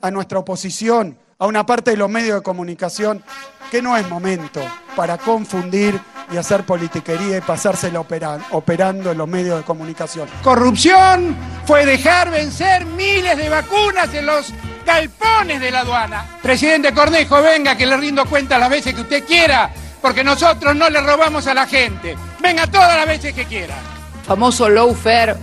a nuestra oposición, a una parte de los medios de comunicación, que no es momento para confundir y hacer politiquería y pasársela opera- operando en los medios de comunicación. Corrupción fue dejar vencer miles de vacunas en los galpones de la aduana. Presidente Cornejo, venga que le rindo cuenta las veces que usted quiera, porque nosotros no le robamos a la gente. Venga todas las veces que quiera. famoso lawfare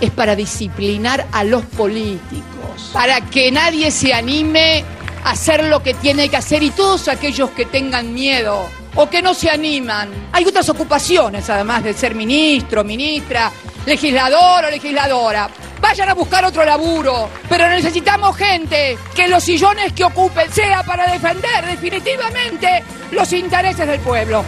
es para disciplinar a los políticos, para que nadie se anime a hacer lo que tiene que hacer y todos aquellos que tengan miedo o que no se animan. Hay otras ocupaciones además de ser ministro, ministra, legislador o legisladora. Vayan a buscar otro laburo, pero necesitamos gente que los sillones que ocupen sea para defender definitivamente los intereses del pueblo.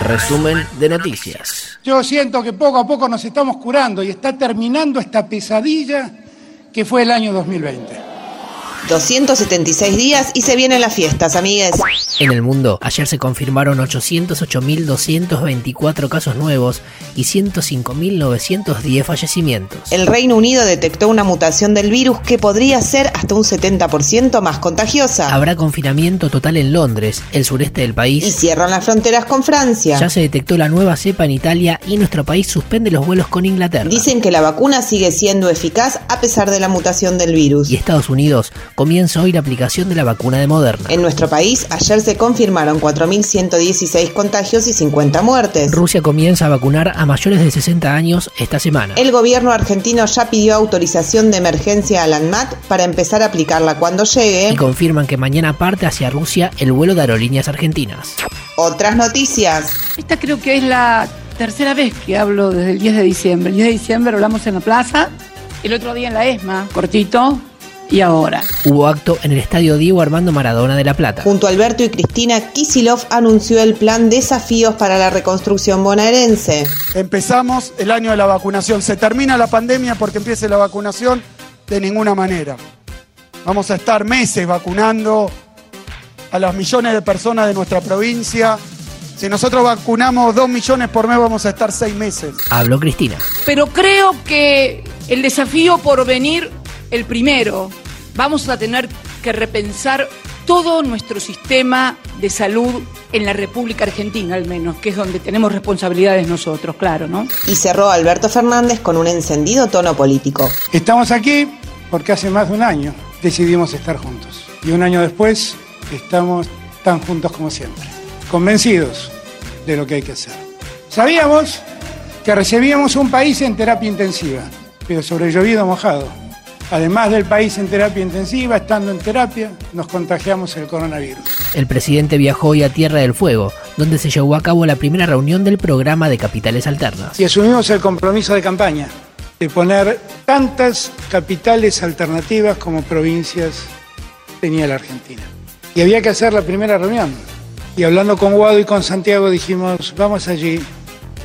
Resumen de noticias. Yo siento que poco a poco nos estamos curando y está terminando esta pesadilla que fue el año 2020. 276 días y se vienen las fiestas, amigues. En el mundo, ayer se confirmaron 808.224 casos nuevos y 105.910 fallecimientos. El Reino Unido detectó una mutación del virus que podría ser hasta un 70% más contagiosa. Habrá confinamiento total en Londres, el sureste del Y país. cierran las fronteras con Ya Francia. se detectó la nueva cepa en Italia y nuestro país suspende los vuelos con Inglaterra. Dicen que la vacuna sigue siendo eficaz a pesar de la mutación del virus. Y Estados Unidos comienza hoy la aplicación de la vacuna de Moderna. En nuestro país, ayer se confirmaron 4.116 contagios y 50 muertes. Rusia comienza a vacunar a mayores de 60 años esta semana. El gobierno argentino ya pidió autorización de emergencia al ANMAT para empezar a aplicarla cuando Y llegue. confirman que mañana parte hacia Rusia el vuelo de aerolíneas argentinas. Otras noticias. Esta creo que es la tercera vez que hablo desde el 10 de diciembre. El 10 de diciembre hablamos en la plaza, el otro día en la ESMA, cortito, y ahora. Hubo acto en el estadio Diego Armando Maradona de La Plata. Junto a Alberto y Cristina, Kisilov anunció el plan Desafíos para la Reconstrucción Bonaerense. Empezamos el año de la vacunación. Se termina la pandemia porque empiece la vacunación de ninguna manera. Vamos a estar meses vacunando a las millones de personas de nuestra provincia. Si nosotros vacunamos dos millones por mes, vamos a estar seis meses. Habló Cristina. Pero creo que el desafío por venir, el primero, vamos a tener que repensar todo nuestro sistema de salud en la República Argentina, al menos, que es donde tenemos responsabilidades nosotros, claro, ¿no? Y cerró Alberto Fernández con un encendido tono político. Estamos aquí porque hace más de un año decidimos estar juntos. Y un año después estamos tan juntos como siempre, convencidos de lo que hay que hacer. Sabíamos que recibíamos un país en terapia intensiva, pero sobre llovido mojado. Además del país en terapia intensiva, estando en terapia, nos contagiamos el coronavirus. El presidente viajó hoy a Tierra del Fuego, donde se llevó a cabo la primera reunión del programa de capitales alternas. Y asumimos el compromiso de campaña de poner tantas capitales alternativas como provincias tenía la Argentina. Y había que hacer la primera reunión. Y hablando con Guado y con Santiago dijimos, vamos allí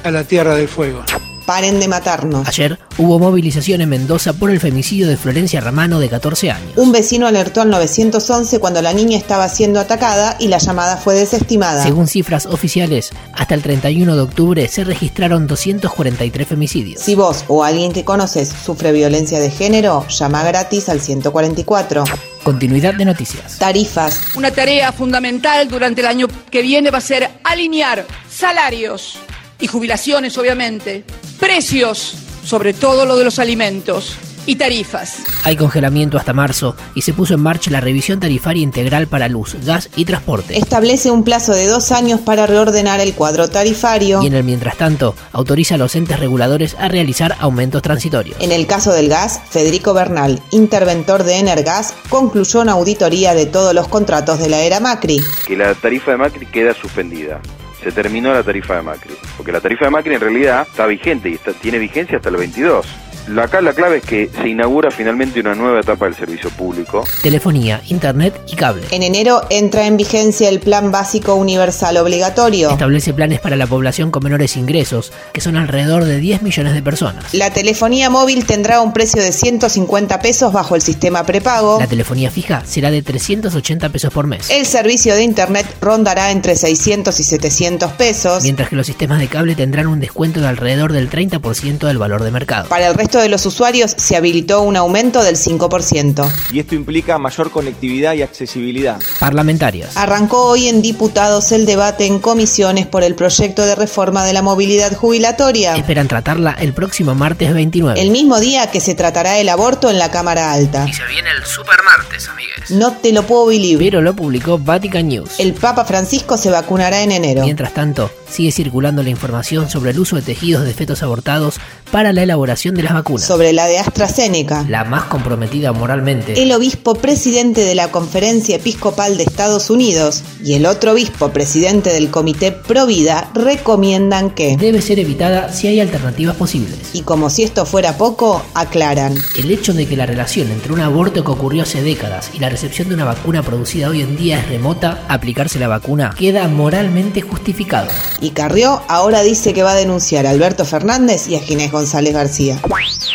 a la Tierra del Fuego. Paren de matarnos. Ayer hubo movilización en Mendoza por el femicidio de Florencia Ramano de 14 años. Un vecino alertó al 911 cuando la niña estaba siendo atacada y la llamada fue desestimada. Según cifras oficiales, hasta el 31 de octubre se registraron 243 femicidios. Si vos o alguien que conoces sufre violencia de género, llama gratis al 144. Continuidad de noticias. Tarifas, Una tarea fundamental durante el año que viene va a ser alinear salarios y jubilaciones, obviamente, precios, sobre todo lo de los alimentos, y tarifas. Hay congelamiento hasta marzo y se puso en marcha la revisión tarifaria integral para luz, gas y transporte. establece un plazo de dos años para reordenar el cuadro tarifario. Y en el mientras tanto, autoriza a los entes reguladores a realizar aumentos transitorios. En el caso del gas, Federico Bernal, interventor de Energas, concluyó una auditoría de todos los contratos de la era Macri. que la tarifa de Macri queda suspendida. Se terminó la tarifa de Macri. Porque la tarifa de Macri en realidad está vigente y está- tiene vigencia hasta el 22. La- Acá la clave es que se inaugura finalmente una nueva etapa del servicio público. Telefonía, internet y cable. En enero entra en vigencia el Plan Básico Universal Obligatorio. Establece planes para la población con menores ingresos, que son alrededor de 10 millones de personas. La telefonía móvil tendrá un precio de 150 pesos bajo el sistema prepago. La telefonía fija será de 380 pesos por mes, El servicio de Internet rondará entre 600 y 700 pesos. mientras que los sistemas de cable tendrán un descuento de alrededor del 30% del valor de mercado. Para el resto resto de los usuarios se habilitó un aumento del 5%. y esto implica mayor conectividad y accesibilidad. parlamentarias, Arrancó hoy en diputados el debate en comisiones por el proyecto de reforma de la movilidad jubilatoria. esperan tratarla el próximo martes 29. El mismo día que se tratará el aborto en la Cámara Alta. se viene el supermartes, amigues. No te lo puedo believe. Pero lo publicó Vatican News. El Papa Francisco se vacunará en enero. Mientras tanto, sigue circulando la información sobre el uso de tejidos de fetos abortados para la elaboración de las vacunas. Sobre la de AstraZeneca. la más comprometida moralmente, El obispo presidente de la Conferencia Episcopal de Estados Unidos y el otro obispo presidente del Comité Provida recomiendan que, debe ser evitada si hay alternativas posibles. y como si esto fuera poco, aclaran. El hecho de que la relación entre un aborto que ocurrió hace décadas y la recepción de una vacuna producida hoy en día es remota, aplicarse la vacuna queda moralmente justificado. Y Carrió ahora dice que va a denunciar a Alberto Fernández y a Ginés González García.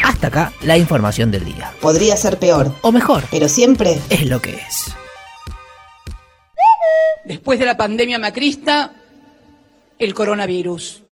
Hasta acá la información del día. Podría ser peor, O mejor, pero siempre es lo que es. Después de la pandemia macrista, el coronavirus.